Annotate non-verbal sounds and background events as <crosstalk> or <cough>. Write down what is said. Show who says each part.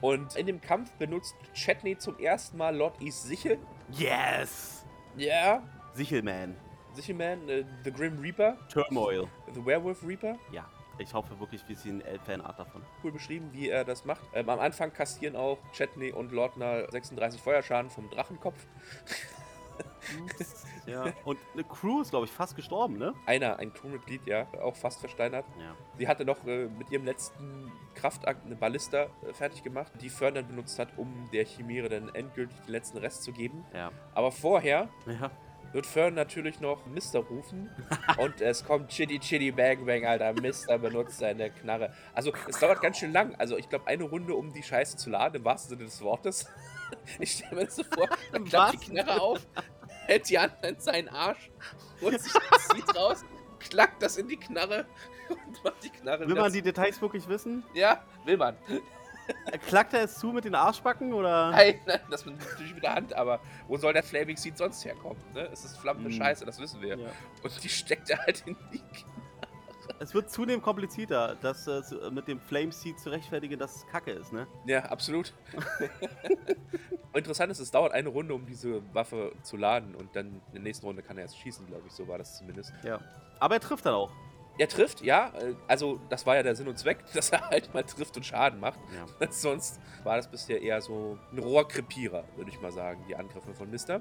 Speaker 1: Und in dem Kampf benutzt Chetney zum ersten Mal Lord East Sichel.
Speaker 2: Yes!
Speaker 1: Ja,
Speaker 2: Sichelman.
Speaker 1: Sichelman, äh, The Grim Reaper,
Speaker 2: Turmoil.
Speaker 1: The Werewolf Reaper.
Speaker 2: Ja. Ich hoffe wirklich, wir sehen Elf-Fanart davon.
Speaker 1: Cool beschrieben, wie er das macht. Ähm, am Anfang kassieren auch Chetney und Lordner 36 Feuerschaden vom Drachenkopf.
Speaker 2: <laughs> ja. Und eine Crew ist, glaube ich, fast gestorben, ne?
Speaker 1: Einer, ein Crewmitglied, ja, auch fast versteinert.
Speaker 2: Ja.
Speaker 1: Sie hatte noch äh, mit ihrem letzten Kraftakt eine Ballista äh, fertig gemacht, die Fern dann benutzt hat, um der Chimäre dann endgültig den letzten Rest zu geben.
Speaker 2: Ja.
Speaker 1: Aber vorher
Speaker 2: Ja.
Speaker 1: wird Fern natürlich noch Mister
Speaker 2: <laughs>
Speaker 1: rufen und es kommt Chitty Chitty Bang Bang, Alter. Mister benutzt seine Knarre. Also, es dauert ganz schön lang. Also, ich glaube, eine Runde, um die Scheiße zu laden, im wahrsten Sinne des Wortes. <laughs> Ich stelle mir das so vor, dann
Speaker 2: <laughs> Im
Speaker 1: klappt die
Speaker 2: wahrsten
Speaker 1: Knarre auf, hält die Hand in seinen Arsch, holt sich das Seed raus, klackt das in die Knarre <laughs> und macht die Knarre
Speaker 2: Will
Speaker 1: wieder
Speaker 2: man die Details wirklich <laughs> wissen?
Speaker 1: Ja, will man.
Speaker 2: Äh, Klackt er es zu mit den Arschbacken oder?
Speaker 1: Nein, nein, das mit, natürlich mit der Hand, aber wo soll der Flaming Seed sonst herkommen? Ne? Es ist flammende
Speaker 2: Mm.
Speaker 1: Scheiße, das wissen wir.
Speaker 2: Ja.
Speaker 1: Und die steckt er halt in die K-
Speaker 2: Es wird zunehmend komplizierter, das äh, zu- mit dem Flame Seed zu rechtfertigen, dass es Kacke ist, ne?
Speaker 1: Ja, absolut. <laughs> Interessant ist, es dauert eine Runde, um diese Waffe zu laden und dann in der nächsten Runde kann er erst schießen, glaube ich, so war das zumindest.
Speaker 2: Ja. Aber er trifft dann auch.
Speaker 1: Er trifft, ja, äh, also das war ja der Sinn und Zweck, <laughs> dass er halt mal trifft und Schaden macht. <laughs>
Speaker 2: Ja.
Speaker 1: Sonst war das bisher eher so ein Rohrkrepierer, würde ich mal sagen, die Angriffe von Mister.